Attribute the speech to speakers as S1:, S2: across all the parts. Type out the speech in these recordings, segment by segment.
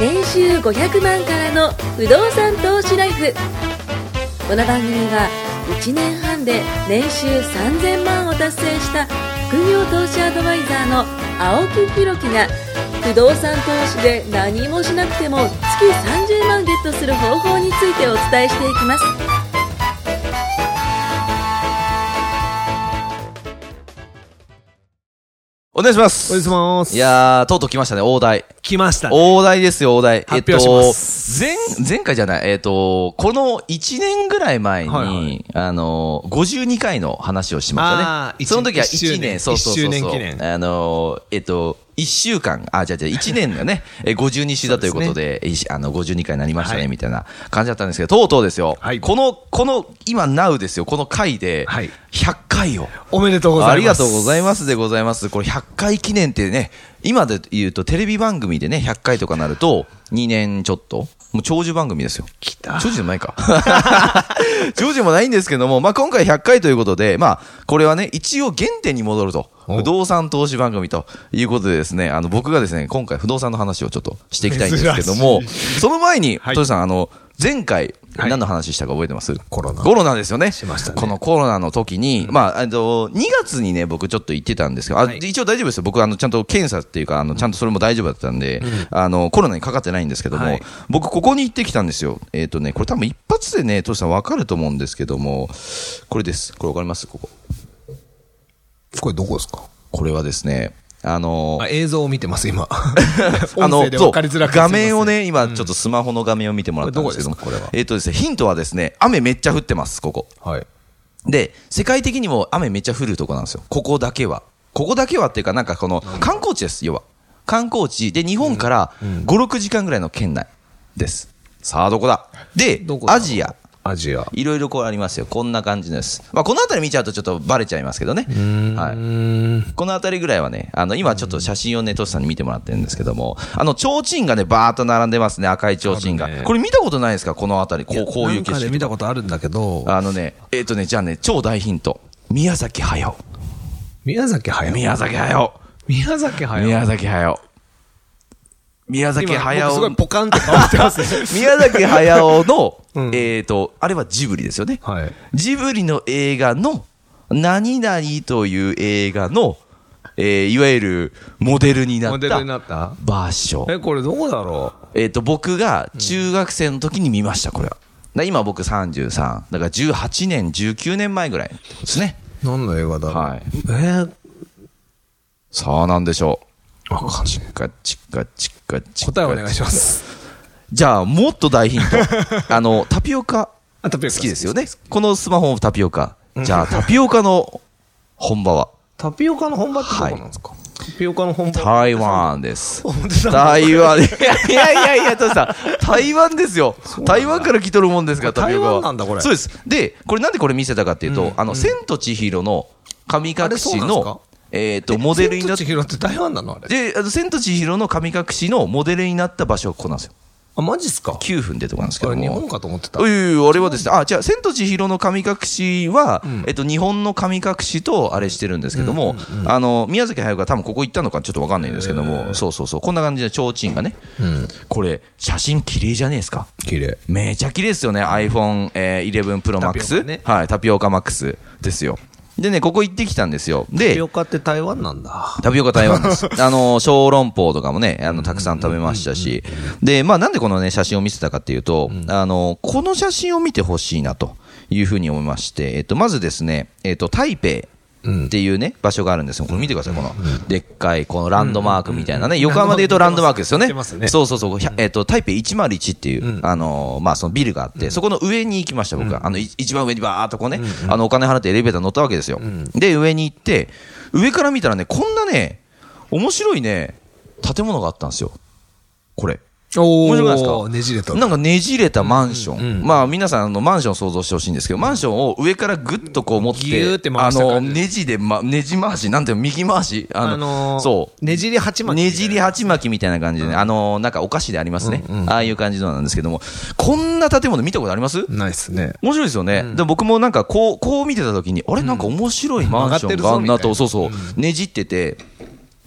S1: 年収500万からの不動産投資ライフこの番組は1年半で年収3000万を達成した副業投資アドバイザーの青木弘樹が不動産投資で何もしなくても月30万ゲットする方法についてお伝えしていきます
S2: お願いします。
S3: お願いします
S2: いやー、とうとう来ましたね、大台。
S3: 来ましたね。
S2: 大台ですよ、大台。
S3: 発表します
S2: えっと、前、前回じゃない、えっと、この1年ぐらい前に、
S3: はいはい
S2: あのー、52回の話をしま
S3: あ
S2: したね。
S3: ー
S2: その時は
S3: 一周
S2: 1年、
S3: 年
S2: そうそうそうそう。
S3: 一周年記念
S2: あのー、えっと、1週間、あ、じゃじゃ1年が ね、え52週だということ
S3: そう
S2: で、いしあの、52回になりましたね、
S3: はい
S2: みたいな感じだったんですけど、とうとうですよ。
S3: はい
S2: この、この、今、now ですよ、この回で、
S3: はい
S2: 100回を。
S3: おめでとうございます。
S2: ありがとうござい
S3: ま
S2: ますでございます。これ100回記念ってね、今で言うとテレビ番組でね、100回とかなると、2年ちょっと。もう長寿番組ですよ。
S3: す。来た。
S2: 長寿じゃないか。 長寿もないんですけども、まあ、今回100回ということで、まあ、これはね、一応原点に戻ると。
S3: お
S2: 不動産投資番組ということでですね、あの、僕がですね、今回不動産の話をちょっとしていきたいんですけども、その前に、
S3: はい
S2: トシさん、あの、前回、
S3: はい
S2: 何の話したか覚えてます
S3: コロナ
S2: コロナですよね。
S3: しましたね
S2: このコロナの時に、まあ、あの、2月にね、僕ちょっと行ってたんですけど、あ
S3: はい
S2: 一応大丈夫ですよ。僕、あの、ちゃんと検査っていうか、あの、ちゃんとそれも大丈夫だったんで、あの、コロナにかかってないんですけども、
S3: はい
S2: 僕、ここに行ってきたんですよ。えっ、とね、これ多分一発でね、トシさんわかると思うんですけども、これです。これわかりますここ。
S3: これどこですか
S2: これはですね、あの、
S3: あ映像を見てます、今。
S2: あ
S3: 音
S2: の
S3: 声で分かりづらくて
S2: そう画
S3: すいません
S2: 面をね、今、ちょっとスマホの画面を見てもらったんですけども、
S3: これどこですかこ
S2: えっ、とですね、ヒントはですね、雨めっちゃ降ってます、ここ。
S3: はい。
S2: で、世界的にも雨めっちゃ降るとこなんですよ。ここだけは。ここだけはっていうか、なんかこの観光地です、要は。観光地で日本から5、6時間ぐらいの県内です。さあ、どこだで
S3: ど、こだ
S2: アジア。
S3: アジア。
S2: いろいろこうありますよ。こんな感じです。まあ、この辺り見ちゃうとちょっとバレちゃいますけどね。はい。この辺りぐらいはね、あの、今ちょっと写真をね、トシさんに見てもらってるんですけども、あの、提灯がね、バーっと並んでますね、赤い提灯が。
S3: あるね
S2: これ見たことないですかこの辺り。こう、こういう景
S3: なんかで見
S2: 色。
S3: たことあるんだけど、
S2: あのね、えっ、とね、じゃあね、超大ヒント。宮崎駿。
S3: 宮崎駿。
S2: 宮崎駿。
S3: 宮崎駿。
S2: 宮崎駿。宮崎
S3: 今僕すご
S2: 駿。
S3: いポカンって顔してますね。
S2: 宮崎駿 の、
S3: うん
S2: えっと、あれ はジブリですよね。
S3: はい。
S2: ジブリの映画の、何々という映画の、えーいわゆるモデルにな
S3: モ
S2: っ
S3: デルにな
S2: た
S3: った
S2: 場所。
S3: え、これどこだろ
S2: えっ、と、僕が中学生の時に見ました、これは。だ今僕33。だから18年、19年前ぐらいってことですね。
S3: う何の映画だろう
S2: はい。
S3: えー、
S2: さあ、なんでしょう。
S3: わかんない
S2: チカチカチカチカ。
S3: 答えお願いします。
S2: じゃあ、もっと大ヒン ト。あの、タピオカ
S3: あ、タピ
S2: 好きですよ。ね。このスマホもタピオカ。じゃあ、タピオカの本場 は
S3: タピオカの本場ってどこなんですか、タピオカの本場。
S2: 台湾です。
S3: 本当だ
S2: 台湾。いやいやいや、トシ さん、台湾ですよ。台湾から来とるもんですから、タピオカは。
S3: 台湾なんだこれ
S2: そうです。で、これなんでこれ見せたかっていうと、あの、千と千尋の神
S3: あ
S2: 隠
S3: れそう
S2: し
S3: なんですか
S2: の、えっと、モデルになっ
S3: 千と千尋って台湾なのあれ。
S2: で、あの、千と千尋の神隠しのモデルになった場所がここなんですよ。
S3: あ、マジっすか
S2: 9分でとこなんですけ
S3: あ
S2: ど
S3: れ
S2: も。
S3: 日本かと思ってた。
S2: いやいやあれはですね、あ、じゃあ、千と千尋の神隠しは、えっと、日本の神隠しとあれしてるんですけども、あの、宮崎駿が多分ここ行ったのかちょっとわかんないんですけども、そうそうそう、こんな感じで提灯がね、これ、写真綺麗じゃねえですか。
S3: 綺麗。
S2: めちゃ綺麗ですよね、iPhone11 Pro
S3: タピオカ
S2: Max、
S3: ね
S2: はい、タピオカ Max ですよ。でね、ここ行ってきたんですよ。
S3: タ
S2: で、
S3: ピオカって台湾なんだ。
S2: タピオカ台湾です。 あの、小籠包とかもね、あの、たくさん食べましたし。で、まあ、なんでこのね、写真を見せたかっていうと、あの、この写真を見てほしいなというふうに思いまして、えっと、まずですね、えっと、台北。っていうね、場所があるんですよ。これ見てください、この、でっかい、このランドマークみたいなね、横浜で言うとランドマークですよね
S3: 似てますね。
S2: そうそうそう、ひゃえっと、台北101っていう、あの、まあ、そのビルがあって、そこの上に行きました、僕は。あの、い一番上にバーっとこうね、あの、お金払ってエレベーター乗ったわけですよ。で、上に行って、上から見たらね、こんなね、面白いね、建物があったんですよ。これ。
S3: お
S2: 面白くないですか
S3: ねじれた。
S2: なんかねじれたマンション。まあ皆さんあのマンションを想像してほしいんですけど、マンションを上からぐっとこう持って、
S3: ぎゅーって
S2: あ
S3: 回した感じ
S2: の、ねじで、ま、ねじ回し、なんていうの、右回し。あの、
S3: あのー、
S2: そう。
S3: ねじり八幡。
S2: ねじり鉢巻きみたいな感じでね、あのーなんかお菓子でありますね。ああいう感じのなんですけども、こんな建物見たことあります
S3: ないっすね。
S2: 面白いですよね。で僕もなんかこう、こう見てた時に、あれなんか面白いマンションがあんなと、
S3: うん
S2: そうそう、ねじってて、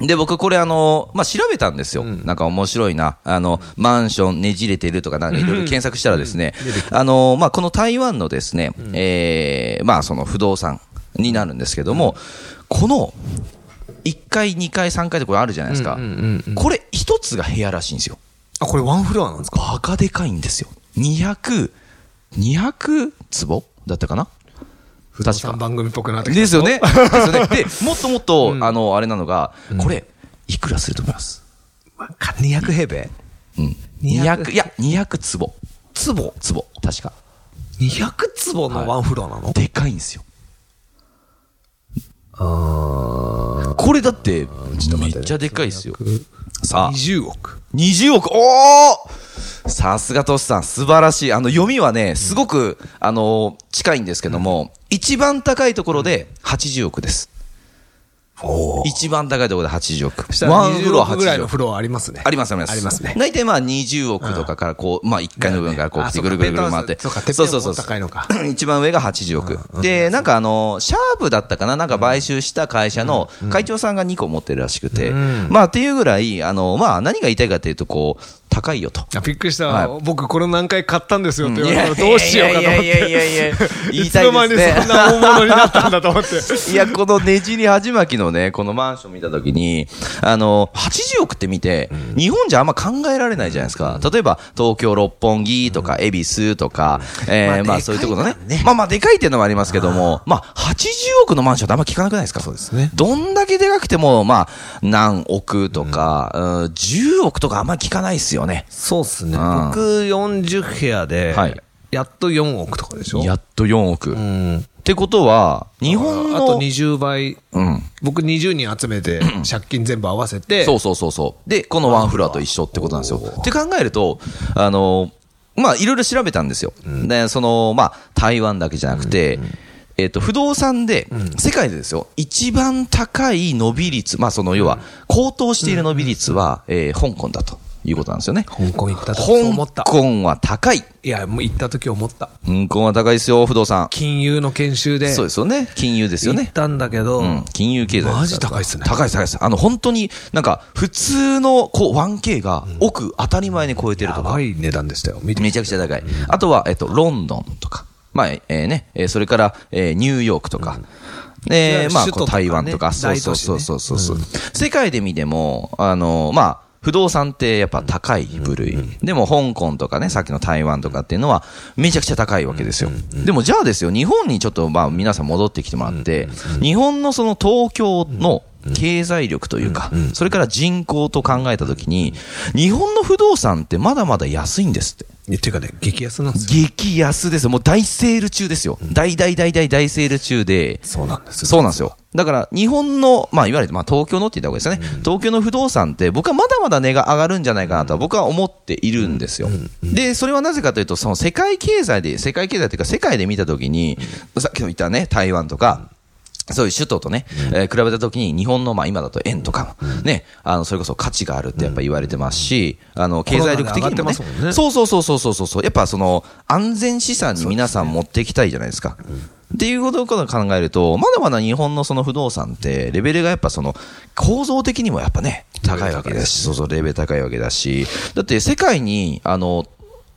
S2: で、僕、これ、あの、まあ、調べたんですよ。なんか面白いな。あの、マンションねじれてるとか、なんかいろいろ検索したらですね、あの、まあ、この台湾のですね、えーまあ、その不動産になるんですけども、この、1階、2階、3階ってこれあるじゃないですか。
S3: うんうんうんうん
S2: これ、1つが部屋らしいんですよ。
S3: あ、これワンフロアなんですか
S2: バカでかいんですよ。200、200坪だったかな
S3: 不動
S2: 確
S3: 産
S2: か。
S3: 番組っぽくなってきた
S2: ですよね。ですよね。 で、もっともっと、あの、あれなのが、これ、いくらすると思います
S3: 200平米
S2: うん。
S3: 200
S2: 200、いや、200坪。
S3: 坪
S2: 坪。確か。
S3: ?200 坪のワンフロアなの、
S2: でかいんですよ。
S3: あ
S2: これだって、め
S3: 待って
S2: っちゃでかいですよ。さあ、
S3: 20億。
S2: 20億、おーさすがトシさん、素晴らしい。あの、読みはね、すごく、あの、近いんですけども、一番高いところで80億です。
S3: お
S2: 一番高いところで80億。
S3: ワ
S2: ワ
S3: ン
S2: ン
S3: フ
S2: フ
S3: ロ
S2: ロ
S3: ア
S2: ア
S3: ぐらい
S2: 80
S3: の
S2: 億。
S3: フロアありますね。
S2: あります、あります。
S3: ありますね。
S2: 大体まあ20億とかからこう、まあ1階の部分からこう来て
S3: あそ
S2: ぐ
S3: うか
S2: るぐるぐる回って。
S3: そうか、てっぺん
S2: そう
S3: は
S2: そうそ
S3: も
S2: う
S3: っと高いのか。
S2: 一番上が80億。で、なんかあの、シャープだったかななんか買収した会社の会長さんが2個持ってるらしくて。まあっていうぐらい、あの、まあ何が言いたいかというと、こう、高いよと。
S3: あびっくりした、
S2: は
S3: 僕、これ何回買ったんですよって言われたら、
S2: いや
S3: どうしようかと思って。
S2: いやいやいやいや言い
S3: いつ
S2: たいですね
S3: の間にそんな大物になったんだと思って。
S2: いや、このねじりはじまきのね、このマンション見たときに、あの、80億って見て、日本じゃあんま考えられないじゃないですか。例えば、東京六本木とか、恵比寿とか、
S3: まあ
S2: え
S3: で
S2: ー
S3: か
S2: ま
S3: い
S2: あそういうところね
S3: からね。
S2: まあまあ、でかいっていうのもありますけども、まあ、80億のマンションってあんま聞かなくないですかそうです
S3: ね
S2: どんだけでかくても、まあ、何億とか、うん10億とかあんま聞かないですよね。
S3: そうっすね。
S2: うん
S3: 僕、40部屋で
S2: はい、
S3: やっと4億とかでしょ
S2: やっと4億。
S3: う
S2: っ
S3: ん。
S2: てことは、日本
S3: あ
S2: の、
S3: と20倍。
S2: うん。
S3: 僕20人集めて、借金全部合わせて、
S2: そうそうそうそう。で、このワンフロアと一緒ってことなんですよ。って考えると、あの、まあ、いろいろ調べたんですよ。で、その、まあ、台湾だけじゃなくて、えっと、不動産で、世界でですよ、一番高い伸び率、まあ、その、要は、高騰している伸び率は、えー香港だということなんですよね。
S3: 香港行った時そう思っ
S2: 香
S3: た。
S2: 港は高い。
S3: いや、もう行った時思った。
S2: 香港は高いですよ、不動産。
S3: 金融の研修で、
S2: そうですよね。金融ですよ
S3: 行
S2: ね
S3: っ。たんだけど、
S2: うん、金融経済
S3: マジ高いっすね
S2: 高いです、高いです。あの、本当に、なんか、普通の、こう、1K が、奥当たり前に超えてる
S3: や
S2: とか
S3: ば、い値段でしたよ。見て
S2: めちゃくちゃ高い。あとは、えっと、ロンドンとか、まあ、えーね、えーそれから、えーニューヨークとか、えーまあ、
S3: 首
S2: こと
S3: 都
S2: う
S3: かね
S2: 台湾とか、そう
S3: 大
S2: そ
S3: 都
S2: う
S3: 市
S2: そ
S3: ね
S2: うそうそうそう。世界で見ても、あの、まあ、不動産ってやっぱ高い部類。でも香港とかね、さっきの台湾とかっていうのはめちゃくちゃ高いわけですよ。でもじゃあですよ、日本にちょっとまあ皆さん戻ってきてもらって、日本のその東京の経済力というか、それから人口と考えたときに、日本の不動産ってまだまだ安いんですって。
S3: いやていうかね、激安なんですよ。
S2: 激安ですよ。もう大セール中ですよ。大大大大大セール中で。
S3: そうなんですよ
S2: そうなんですよ。だから、日本の、まあ、いわゆる、まあ、東京のって言った方がいいですね。東京の不動産って、僕はまだまだ値が上がるんじゃないかなとは、僕は思っているんですよ。で、それはなぜかというと、その世界経済で、世界経済というか、世界で見たときに、さっきも言ったね、台湾とか、そういう首都とね、えー比べたときに、日本の、まあ、今だと円とかも、ね、あの、それこそ価値があるってやっぱ言われてますし、あの、経済力的にもね
S3: コロナで上がってますもんね
S2: そうそうそうそうそうそう。やっぱその、安全資産に皆さん持っていきたいじゃないですか。っていうことを考えると、まだまだ日本のその不動産って、レベルがやっぱその、構造的にもやっぱね、高いわけだし、そうそう、レベル高いわけだし、だって世界に、あの、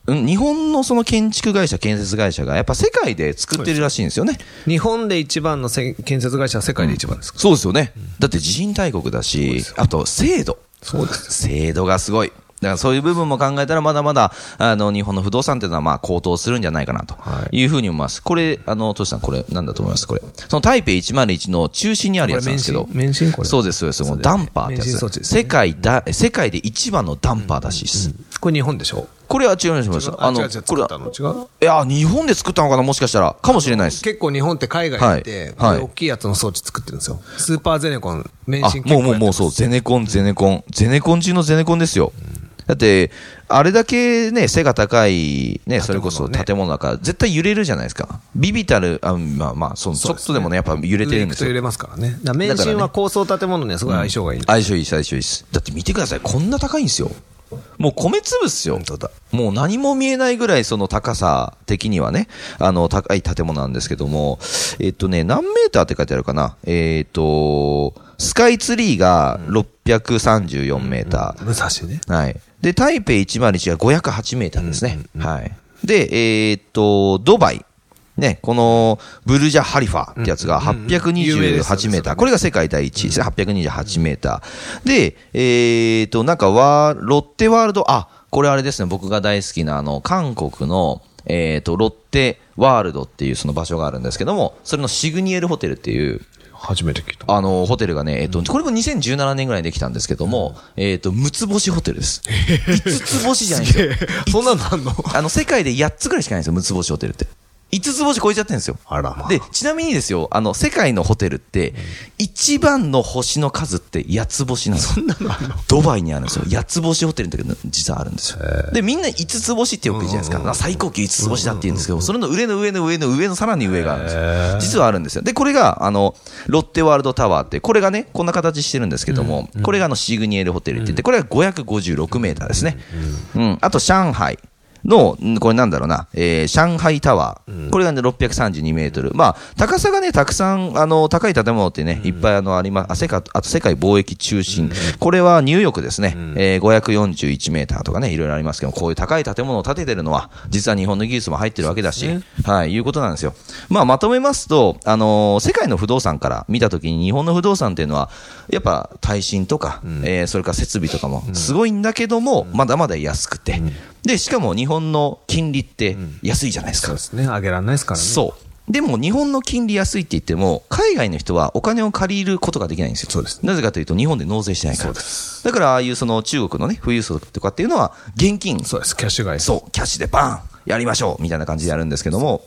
S2: うん日本のその建築会社、建設会社が、やっぱ世界で作ってるらしいんですよね。
S3: 日本で一番のせ建設会社は世界で一番ですか、
S2: そうですよね。だって地震大国だし、あと制度。
S3: そうです。
S2: 制度がすごい。だからそういう部分も考えたら、まだまだ、あの、日本の不動産っていうのは、まあ、高騰するんじゃないかな、と
S3: はい
S2: いうふうに思います。これ、あの、トシさん、これ、なんだと思いますこれ。その、台北101の中心にあるやつなんですけど
S3: こ。れ免震免震これ
S2: そうです、そうです。もうダンパーってや
S3: 免震
S2: つ
S3: 装。置ですね
S2: 世界だ、世界で一番のダンパーだしです。
S3: これ日本でしょ
S2: これは違います、違います。
S3: あ
S2: あ
S3: の、
S2: の
S3: 違う違う、
S2: これ
S3: 作っ
S2: は
S3: た、の違う
S2: いや、日本で作ったのかな、もしかしたら。かもしれないです。
S3: 結構日本って海外行って、
S2: はいはい
S3: 大きいやつの装置作ってるんですよ。スーパーゼネコン、免
S2: あ
S3: 震結構
S2: もうもうもう
S3: う。
S2: そう、ゼネコン、ゼネコン、ゼネコン中のゼネコンですよ。だって、あれだけね、背が高い、ね、それこそ
S3: ね
S2: 建物だから、絶対揺れるじゃないですか。ビビたる、あまあまあ、そのちょっとでもね、やっぱ揺れてるんです
S3: 上行くと揺
S2: よ。
S3: れますからね。だから免
S2: だから
S3: 震
S2: ね
S3: は高層建物にはすごい相性がいい。
S2: 相性いいです、相性いいです。だって見てください、こんな高いんですよ。もう米粒っすよ。もう何も見えないぐらい、その高さ的にはね、あの、高い建物なんですけども、えっとね、何メーターって書いてあるかなえっと、スカイツリーが634メーター。
S3: 武蔵ね。
S2: はい。で、台北101が508メーターですね。はい。で、えーっと、ドバイ。ね、この、ブルジャ・ハリファってやつが
S3: 有名ですよ
S2: 828
S3: ね
S2: メーター。これが世界第一ですね。828メーター。で、えーっと、なんかわ、ロッテワールド、あ、これあれですね。僕が大好きな、あの、韓国の、えーっと、ロッテワールドっていうその場所があるんですけども、それのシグニエルホテルっていう、
S3: 初めて聞いた。
S2: あの、ホテルがね、えっと、これも2017年ぐらいにできたんですけども、えっと、六つ星ホテルです。五つ星じゃないんですよ。
S3: そんなのあんの
S2: あの、世界で8つぐらいしかないんですよ、六つ星ホテルって。五つ星超えちゃってるんですよ。
S3: あらまあ
S2: で、ちなみにですよ、あの、世界のホテルって、一番の星の数って八つ星なんですよ。ドバイにあるんですよ。八つ星ホテルっていうのが実はあるんですよ。で、みんな五つ星ってよく言うじゃないですか。あ最高級五つ星だって言うんですけど、それの上の上の上の上のさらに上があるんですよ。実はあるんですよ。で、これが、あの、ロッテワールドタワーって、これがね、こんな形してるんですけども、これがあの、シグニエルホテルって言って、これが556メーターですね。うん。あと、上海。の、んこれなんだろうな、えー上海タワー。これがね、632メートル。まあ、高さがね、たくさん、あの、高い建物ってね、いっぱいあの、あります。あ、世界、あと世界貿易中心。これはニューヨークですね。えー541メーターとかね、いろいろありますけど、こういう高い建物を建ててるのは、実は日本の技術も入ってるわけだし、はい、いうことなんですよ。まあ、まとめますと、あのー世界の不動産から見たときに、日本の不動産っていうのは、やっぱ耐震とか、えーそれから設備とかもすごいんだけども、まだまだ安くて、で、しかも日本の金利って安いじゃないですか。
S3: そうですね。あげられないですからね。
S2: そう。でも日本の金利安いって言っても、海外の人はお金を借りることができないんですよ。
S3: そうです
S2: なぜかというと、日本で納税してないから。だから、ああいうその中国のね、富裕層とかっていうのは、現金、
S3: そうです。キャッシュ外。
S2: そう、キャッシュでバーンやりましょうみたいな感じでやるんですけども、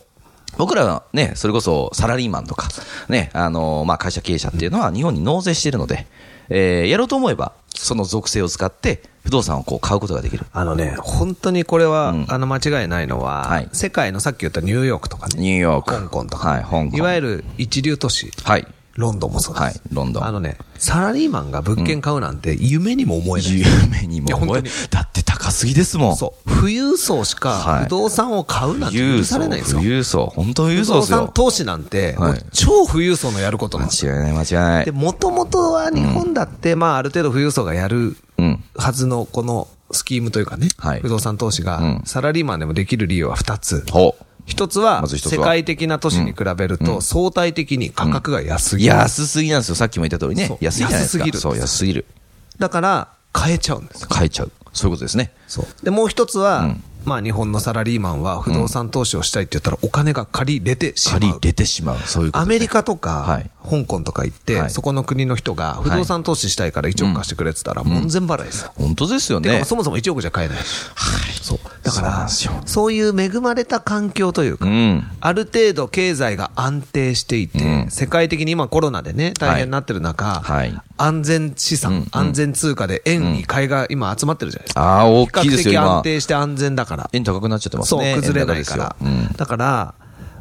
S2: 僕らはね、それこそサラリーマンとか、ね、あのーまあ、会社経営者っていうのは日本に納税しているので、えーやろうと思えば、その属性を使って、不動産をこう買うことができる。
S3: あのね、本当にこれは、
S2: うん
S3: あの、間違いないのは、
S2: はい
S3: 世界のさっき言ったニューヨークとかね、
S2: ニューヨーク。
S3: 香港とか、
S2: はい、香港。
S3: いわゆ
S2: る。
S3: る一流都市、
S2: はい。
S3: ロンドンもそうです。
S2: はいロンドン
S3: あのね、サラリーマンが物件買うなんて夢にも思えない。
S2: 夢に
S3: いや
S2: も
S3: 本
S2: 思
S3: 当
S2: え
S3: に
S2: だって高すぎですもん。
S3: そう。富裕層し
S2: は
S3: か
S2: い
S3: 不動産を買うなんて
S2: 富裕
S3: 許
S2: 層
S3: されないんですよ。
S2: 富裕層。本当富
S3: 不
S2: 裕層
S3: 動
S2: です
S3: 産
S2: よ。
S3: 投資なんて、
S2: はい
S3: もう超富裕層のやることなんですよ。
S2: 間違いない、間違いな
S3: で、
S2: い。
S3: もともとは日本だって、まあ、ある程度富裕層がやる
S2: うん。
S3: はずのこのスキームというかね、
S2: はい
S3: 不動産投資
S2: うん
S3: が、サラリーマンでもできる理由は2つ。
S2: ほう。
S3: 一つは、
S2: まず一つは
S3: 世界的な都市に比べると、相対的に価格が安い。
S2: 安すぎなんですよ。さっきも言った通りね
S3: そう。
S2: 安いじゃないですか。
S3: 安すぎる
S2: そう、安すぎる。
S3: だから、買えちゃうんです。
S2: 変えちゃう。そういうことですね。
S3: で、もう一つは、
S2: うん
S3: まあ、日本のサラリーマンは不動産投資をしたいって言ったら、お金が借りれてしまう。
S2: 借り出てしまう。そういうこと。
S3: アメリカと
S2: は
S3: か
S2: い、
S3: 香港とか行って、
S2: はい
S3: そこの国の人が不動産投資したいから1億貸してくれって言ったら、門前払いですよ。
S2: 本当ですよ
S3: てか
S2: ね。
S3: そもそも1億じゃ買えないし。そう。だ
S2: そう
S3: か
S2: なん
S3: ら、
S2: です
S3: そ
S2: よ
S3: ういう恵まれた環境というか、
S2: うん
S3: ある程度経済が安定していて、
S2: うん
S3: 世界的に今コロナでね、大変になってる中、
S2: はい
S3: 安全資産、安全通貨で円に買いが今集まってるじゃないですか。
S2: ああ、大きいで
S3: 比較
S2: すよ、
S3: 的安
S2: 今。
S3: 定して安全だから。
S2: 円高くなっちゃってます
S3: そう、
S2: ね。
S3: 崩れ
S2: 円高
S3: な
S2: で
S3: い
S2: す
S3: か
S2: よ
S3: ら。
S2: うん
S3: だから、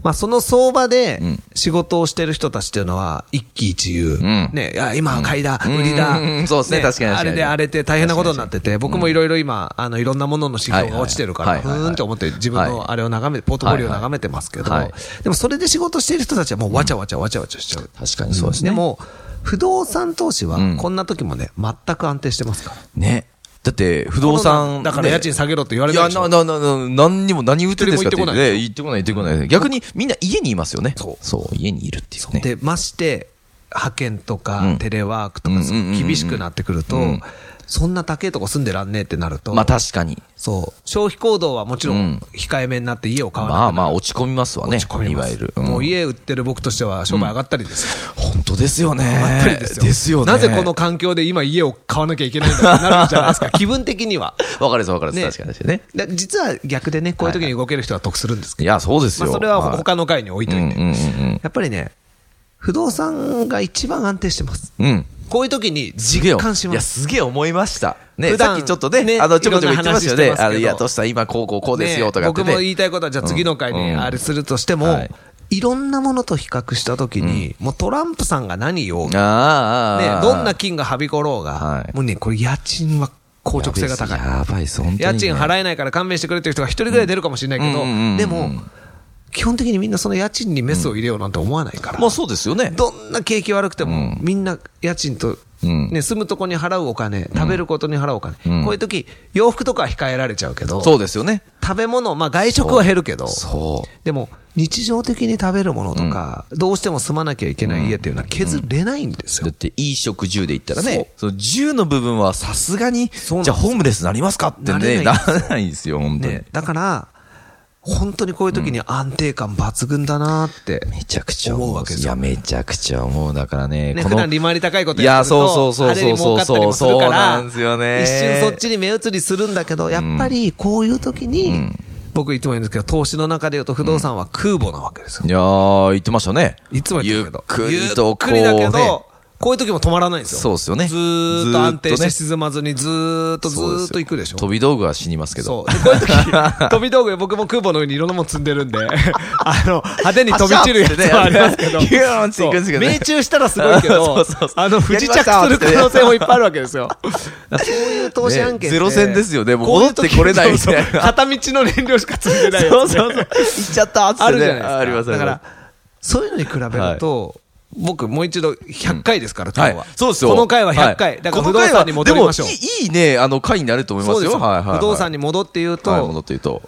S3: まあ、その相場で
S2: ん
S3: 仕事をしてる人たちっていうのは、一喜一憂。
S2: ん
S3: ね、いや今は買いだ、
S2: うん
S3: 売りだ
S2: うんう。んそうですね確かに確
S3: あ
S2: かに
S3: れで荒れて大変なことになってて、僕もいろいろ今、あの、いろんなものの指標が落ちてるか
S2: は
S3: ら、
S2: い
S3: ふ
S2: はいはい
S3: ーんって思って自分
S2: はい
S3: のあれを眺めて、ポートフォリオを眺めてますけど
S2: はいはい、
S3: でもそれで仕事してる人たちはもうわちゃわちゃわちゃわちゃしちゃう。
S2: 確かにそうですね。
S3: でも、不動産投資は
S2: うん
S3: こんな時もね、全く安定してますから。
S2: ね。だって、不動産。
S3: だから家賃下げろって言われ
S2: い
S3: る
S2: や、
S3: でしょ
S2: な、な、な、な、何にも、何売ってるんですかって言って
S3: 一人も
S2: ね。言ってこない、言ってこない。逆に、みんな家にいますよね。
S3: そう
S2: そう、家にいるっていうね。
S3: で、まして、派遣と
S2: う
S3: か
S2: ん、
S3: テレワークとか、
S2: うんうんうんうん
S3: 厳しくなってくると
S2: うん、
S3: そんな高いとこ住んでらんねえってなると、
S2: まあ確かに。
S3: そう、消費行動はもちろ
S2: うん
S3: ん控えめになって家を買わなく
S2: ま
S3: な
S2: あ
S3: る
S2: まあ落ち込みますわね。
S3: 落ち込みます
S2: いわゆる。ん
S3: もう家売ってる僕としては商売上がったりですよ。
S2: 本当ですよね。
S3: 上がったりですよ。
S2: ね。
S3: なぜこの環境で今家を買わなきゃいけないんだってなるじゃないです か。気分的には。
S2: わかるですわかるです。
S3: ね
S2: 確かに確かにね。
S3: だ実は逆でね、こういう時に動ける人は得するんですけ
S2: いや、そうです
S3: ど、
S2: よ。
S3: まあそれは
S2: はい
S3: 他の回に置いといて
S2: うんうんうんうん。
S3: やっぱりね、不動産が一番安定してます。
S2: うん。
S3: こういう時に
S2: すげえ
S3: 実感し
S2: い
S3: ま
S2: や、
S3: す。
S2: すげえ思いました。ね、
S3: 普
S2: さっ
S3: 段
S2: きちょっとね、
S3: ね
S2: あの、ちょこちょこ言ってましたよ
S3: い
S2: ね
S3: ろ。んな話してますけど
S2: あの、いや、としたら今、こう、こう、こうですよ、とかって
S3: 僕も言
S2: ね。
S3: いたいことは、じゃあ次の回に
S2: うん
S3: あれするとしても、
S2: うん
S3: い
S2: はい
S3: ろんなものと比較した時に、もうトランプさんが何を、ね、
S2: ああああ、
S3: どんな金がはびころうが、
S2: はい
S3: もうね、これ家賃は硬直性が高い。
S2: やばいです、本当に
S3: 家
S2: ね。
S3: 賃払えないから勘弁してくれっていう人が一人ぐらい出るかもしれないけど、
S2: うんうんうんうん
S3: でも、基本的にみんなその家賃にメスを入れようなんて思わないから。
S2: まあそうですよね。
S3: どんな景気悪くても、みんな家賃と、
S2: うん
S3: ね、住むとこに払うお金、食べることに払うお金、
S2: うん
S3: こういう時洋服とかは控えられちゃうけど、
S2: そうですよね。
S3: 食べ物、まあ、外食は減るけど、
S2: そう。
S3: でも日常的に食べるものとか、どうしても住まなきゃいけない家っていうのは削れないんですよ。
S2: だって、いい食10で言ったらね、その10の部分はさすがに、じゃ
S3: うなんです
S2: あホームレスなりますかって
S3: な
S2: ね、
S3: れ
S2: な
S3: ない
S2: らないんですよ、本当に。
S3: ね、だから、本当にこういう時に安定感抜群だなって。
S2: めちゃくちゃ思う
S3: 思うわけです
S2: い
S3: よ
S2: や、めちゃくちゃ思う。だからね、
S3: ね、普段利回り高いこと
S2: いや、
S3: やってる
S2: そう
S3: と
S2: そうそう
S3: あれに
S2: そう
S3: 儲
S2: そう
S3: かったり
S2: そう、
S3: もする
S2: そう
S3: か
S2: な
S3: ら、
S2: んですよね。
S3: 一瞬そっちに目移りするんだけど、やっぱりこういう時に、僕いつも言うんですけど、投資の中で言うと不動産は空母なわけですよ。
S2: いやー、言ってましたね。
S3: いつも言ってるけど。
S2: ゆっくりとこうね
S3: ゆっくりだけど、こういう時も止まらないんですよ。
S2: そうですよね
S3: ずーっと安定
S2: ずーっと
S3: し
S2: ね
S3: て沈まずに、ずーっとず
S2: そう
S3: ー
S2: で
S3: っ
S2: す
S3: と
S2: よ
S3: 行くでしょ。
S2: 飛び道具は死にますけど。
S3: そう。でこうい う時、飛び道具で僕も空母の上にいろんなもん積んでるんで、あの、派手に飛び散るやつはあります けど、
S2: ヒューンって行くんですけどね
S3: そう命中したらすごい け
S2: そ
S3: ど
S2: うそうそう、
S3: あの、不時着する可能性もいっぱいあるわけですよ。そういう投資案件って
S2: ねゼロ戦ですよねもう戻ってこれないみたいな
S3: こうう時そうそう片道の燃料しか積んでないやつね
S2: そうそうそう。行っちゃったっつってね。
S3: あるじゃないですか。
S2: あります
S3: だか
S2: あ
S3: ら
S2: りま、
S3: そういうのに比べると、僕もう一度100回ですから、今日は。
S2: はい。そうですよ。
S3: この回は100
S2: は
S3: 回。
S2: い
S3: だから不動産に戻りましょう
S2: この。回はでも、いいいいね、あの、回になると思いま
S3: そう
S2: す
S3: です
S2: よ。
S3: よ
S2: はいはいはい。
S3: 不動産
S2: に
S3: に戻って言う
S2: はい、戻
S3: と
S2: っ、て言うと。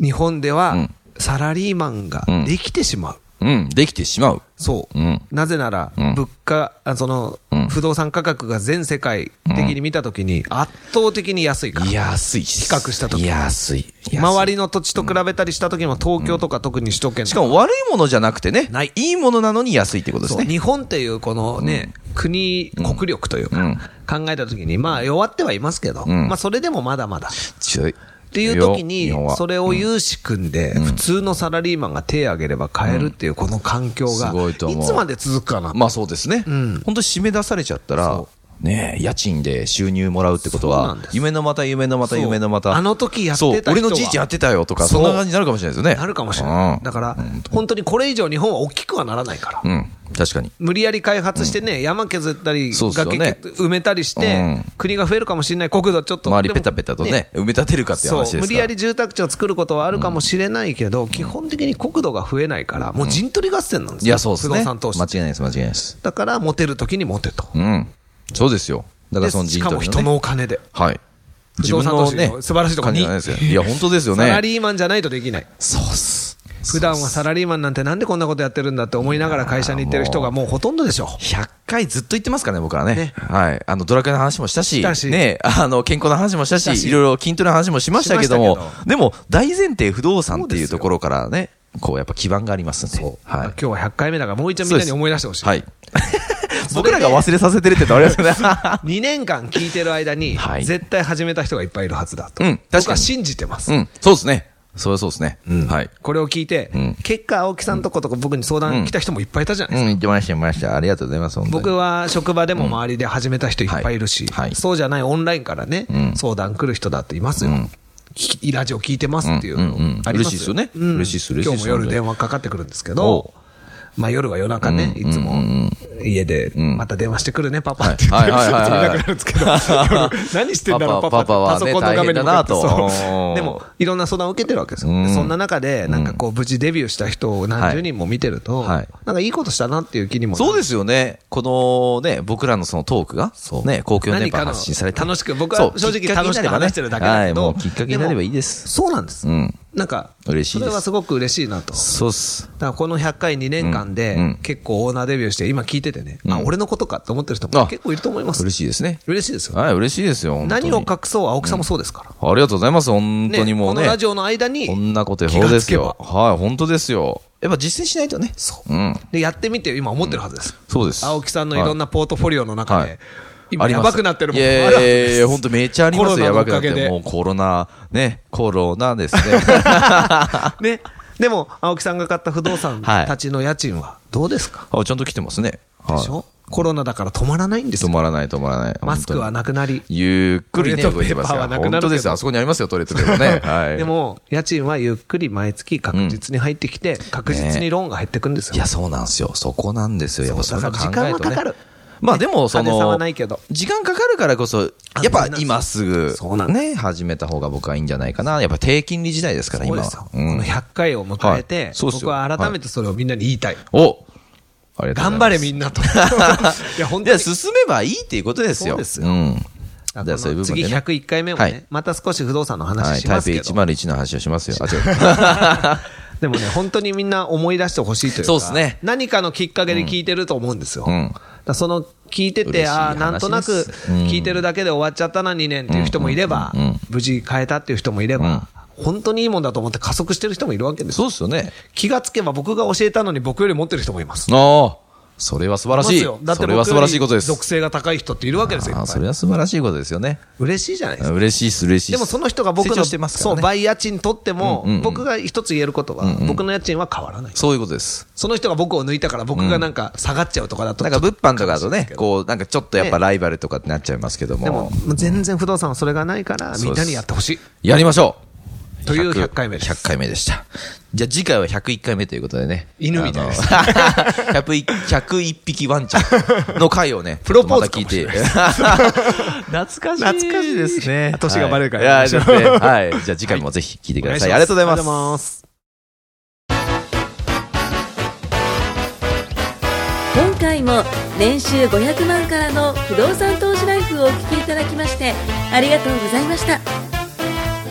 S3: 日本で
S2: う
S3: は
S2: ん
S3: サラリーマンが
S2: うん
S3: できてしまう。
S2: うん、できてしまう。。
S3: そううんなぜなら、
S2: うん
S3: 物価、あその
S2: うん、
S3: 不動産価格が全世界的に見たときに圧倒的に安いから。
S2: 安いし
S3: 比較した時
S2: 安い。
S3: 周
S2: り。
S3: りの土地と比べたりしたときも東京とか特に首都圏
S2: し
S3: と
S2: かも悪いものじゃなくてね。
S3: ない
S2: いものなのに安いってことです
S3: そう
S2: ね。
S3: 日本っていうこのね、国、国力というか、
S2: うん
S3: 考えたときに、まあ弱ってはいますけど、
S2: ん
S3: まあそれでもまだまだ。
S2: 強い。っ
S3: っていう時に
S2: 日本、は
S3: それを融資組んで、普通のサラリーマンが手を挙げれば買えるっていうこの環境が、
S2: すごいと思う
S3: いつまで続くかな。
S2: まあそうですね。
S3: ん
S2: 本当に締め出されちゃったら
S3: そ、
S2: ねえ家賃で収入もらうってこと
S3: そうな
S2: は
S3: んで、す
S2: 夢のまた夢のまた夢のまた。
S3: そうあの時やってた
S2: そう
S3: 人は
S2: 俺のじいちゃんやってたよとか、
S3: そ
S2: そ
S3: うん
S2: な感じになるかもしれないですよね。
S3: なるかもしれな
S2: う
S3: い。
S2: ん
S3: だから、本当にこれ以上日本は大きくはならないから。
S2: うん、確かに。
S3: 無理やり開発してね、山削ったり、
S2: そうっすよ
S3: 崖
S2: ね
S3: 埋めたりして
S2: うん、
S3: 国が増えるかもしれない、国土ちょっと。
S2: 周り
S3: でも
S2: ペタペタとね、埋め立てるかっていう
S3: そう
S2: 話ですから
S3: 無理やり住宅地を作ることはあるかもしれないけど、基本的に国土が増えないから、もう陣取り合戦なんです
S2: い
S3: よ、
S2: や、そうですね。
S3: 不動産投資
S2: 間違いないです、間違いないです。
S3: だから、持てるときに持てと、
S2: うん。そうですよ。だからその
S3: でし
S2: 人
S3: か
S2: 取
S3: も
S2: り
S3: 人
S2: ね
S3: のお金で、
S2: はい。
S3: 不動産投資の素晴らしいとこ
S2: 感
S3: に
S2: じじゃないですよ。いや、本当ですよ
S3: サラ
S2: ね。
S3: リーマンじゃないとできない、
S2: そうっす。
S3: 普段はサラリーマンなんて、なんでこんなことやってるんだって思いながら会社に行ってる人がもうほとんどでしょ。
S2: 100回ずっと言ってますからね、僕はね。
S3: ね
S2: はい。あの、ドラクエの話もしたし、
S3: したし
S2: ね、あの、健康の話もしたし、
S3: したし
S2: いろいろ筋トレの話もしましたけども、
S3: しました
S2: でも、大前提不動産っていうところからね、こう、やっぱ基盤がありますんで。はい。
S3: 今日は100回目だから、もう一度みんなに思い出してほしい。
S2: はい。僕らが忘れさせてるってのはありますよね。
S3: 2年間聞いてる間に
S2: は、い
S3: 絶対始めた人がいっぱいいるはずだと。
S2: うん確かに
S3: 僕は信じて ます。
S2: うん、そうですね。それはそうですね。はい。
S3: これを聞いて、
S2: ん
S3: 結果、青木さんとことか僕に相談来た人もいっぱいいたじゃないですか。
S2: うん、言ってました、言ってました。ありがとうございます、本当に
S3: 僕は職場でも周りで始めた人いっぱいいるし、
S2: うんはいはい
S3: そうじゃないオンラインからね、
S2: ん
S3: 相談来る人だっていますよ。聞きラジオ聞いてますっていう
S2: うんうんうん
S3: のあります
S2: 嬉しいですよね
S3: うん
S2: 嬉しいです嬉しい
S3: 今
S2: です
S3: 日も夜電話かかってくるんですけ
S2: お
S3: ど、まあ夜は夜中ね、いつも家で、
S2: ん
S3: また電話してくるね、パパって言っ
S2: は
S3: て
S2: い
S3: る
S2: はい
S3: 人
S2: はいは
S3: が
S2: い
S3: なくなるんですけど、夜何してんだろう、
S2: パパ
S3: パパっ
S2: パ
S3: て
S2: パはね
S3: パソコンの画面に向かって
S2: 大変だなと
S3: そう
S2: うん
S3: でも、いろんな相談を受けてるわけですよ。
S2: うん
S3: でそんな中で、なんかこう、無事デビューした人を何十人も見てると、
S2: はいはい
S3: なんかいいことしたなっていう気にもなる
S2: そうですよね。このね、僕らのそのトークが、ね、公共の電波で発信されて。
S3: 何かの楽しく僕は
S2: そう
S3: 正直
S2: きっかけになればね
S3: 楽しく話してるだけだけど
S2: はい、もうきっかけになればいいです。
S3: そうなんです。
S2: うん。
S3: なんか、
S2: 嬉しいです
S3: それはすごく嬉しいなと。だ
S2: そうっす。
S3: からこの100回2年間
S2: うんうん
S3: で、結構オーナーデビューして、今聞いててね、あ、俺のことかって思ってる人
S2: あ
S3: も結構いると思います。
S2: 嬉しいですね。
S3: 嬉しいですよ。
S2: はい、嬉しいですよ。本当に
S3: 何を隠そう、青木さんもそうですから。
S2: ありがとうございます。本当にもう
S3: この
S2: ね
S3: ラ。ジオの間に、
S2: こんなこと
S3: 気
S2: そう
S3: が
S2: で
S3: つ
S2: す
S3: け
S2: よ
S3: ば。。
S2: はい、本当ですよ。やっぱ実践しないとね。
S3: そう
S2: うん。
S3: で、やってみて今思ってるはずです。
S2: そうです。
S3: 青木さんのいろんなポートフォリオの中
S2: はい
S3: で、今やばくなってるもん
S2: い やい
S3: あるはず
S2: や
S3: で
S2: い
S3: す
S2: や、本当めっちゃありますよ。やばくなっ
S3: コロナ
S2: て。
S3: の
S2: も
S3: お
S2: うコロナ、ね、コロナです ね。
S3: ね。でも、青木さんが買った不動産
S2: はい
S3: たちの家賃はどうですか、
S2: あ、ちゃんと来てますね。はい
S3: でしょコロナだから止まらないんです
S2: 止
S3: よ。
S2: まらない止まらない。
S3: マスク
S2: 本
S3: は
S2: 当に
S3: なくなり。
S2: ゆっくりね、
S3: トイレット
S2: 動いてます
S3: ペーパー
S2: よ。
S3: はなくなるけど
S2: 本当ですよ。あそこにありますよ、トイレットペーパーね。 はい。
S3: で、も、家賃はゆっくり毎月確実に入ってきて、確実にローンが減ってくんですよ。
S2: いや、そうなんですよ。そこなんですよ。やっぱそ
S3: そう
S2: れ
S3: だ
S2: 考
S3: から時間
S2: え
S3: は
S2: と
S3: かか
S2: ね
S3: る。
S2: まあでも、そ
S3: 金差は
S2: の
S3: ないけど、
S2: 時間かかるからこそ、やっぱ今すぐ
S3: そうな、んです
S2: ね、始めた方が僕はいいんじゃないかな。やっぱ低金利時代ですから、
S3: そう
S2: 今
S3: ですよ
S2: は。
S3: こ
S2: うん
S3: の100回を迎えて、
S2: はいそうです
S3: 僕
S2: よ
S3: は改めてそれをみんなに言いたい。
S2: おありがとう
S3: 頑
S2: ござい
S3: 張
S2: ま
S3: れ
S2: す
S3: みん なと。いや、本
S2: い
S3: 当
S2: や、
S3: に。
S2: 進めばいいっていうことですよ。
S3: そうですよ
S2: ん。だか
S3: あこの
S2: らそういう部分
S3: 次
S2: でね。
S3: 101回目もね、
S2: はい
S3: また少し不動産の
S2: は
S3: 話
S2: い、
S3: し
S2: 台北
S3: ますけど、
S2: 101の話をしますよ。あ、違う。
S3: でもね、本当にみんな思い出してほしいというか、
S2: そうっすね
S3: 何かのきっかけで聞いてると思うんですよ。
S2: うん
S3: だからその聞いて
S2: 嬉しい
S3: て、ああ、なんとな
S2: 話
S3: く
S2: ですうん
S3: 聞いてるだけで終わっちゃったな、2年っていう人もいれば、
S2: うんうんうんうん
S3: 無事変えたっていう人もいれば、本当にいいもんだと思って加速してる人もいるわけですよ。
S2: そうですよね。
S3: 気がつけば僕が教えたのに僕より持ってる人もいます。
S2: ああ、それは素晴らし
S3: ます
S2: い
S3: よだっ。て
S2: それ
S3: 僕より
S2: は素晴らしいことです。
S3: 属性が高い人っているわけですよ。
S2: あ
S3: い
S2: あ
S3: っぱい
S2: それは素晴らしいことですよね。
S3: 嬉しいじゃないですか
S2: 嬉しいっす、嬉しいっ。
S3: ですもその人が僕
S2: 成長
S3: の、
S2: してますか
S3: そ
S2: ら
S3: う
S2: ね。
S3: 倍家賃取っても、
S2: うんうんうん
S3: 僕が一つ言えることは、僕の家賃は変わらない。
S2: そういうことです。
S3: その人が僕を抜いたから、僕がなんか下がっちゃうとかだと、
S2: なんか物販とかだとね、こう、なんかちょっとやっ
S3: ええ
S2: ぱライバルとかってなっちゃいますけども。
S3: でも、もう全然不動産はそれがないか
S2: そう
S3: ら、
S2: です
S3: みんなにやってほしい。
S2: やりましょう
S3: という100回目です
S2: 100回目でした。じゃあ次回は101回目ということでね。
S3: 犬みたいです
S2: あの 101, 101匹ワンちゃんの回をね、
S3: プロポーズ
S2: ち
S3: か
S2: ょっ
S3: も
S2: とまた聞
S3: し
S2: い
S3: れ
S2: て懐
S3: な。
S2: かしい。
S3: 懐かしいですね 年がバレるから
S2: はいいや、ですねはい。じゃあ次回もぜひ聞いてくださ い。ありがとうございます。
S3: ます。
S1: 今回も年収500万からの不動産投資ライフをお聞きいただきましてありがとうございました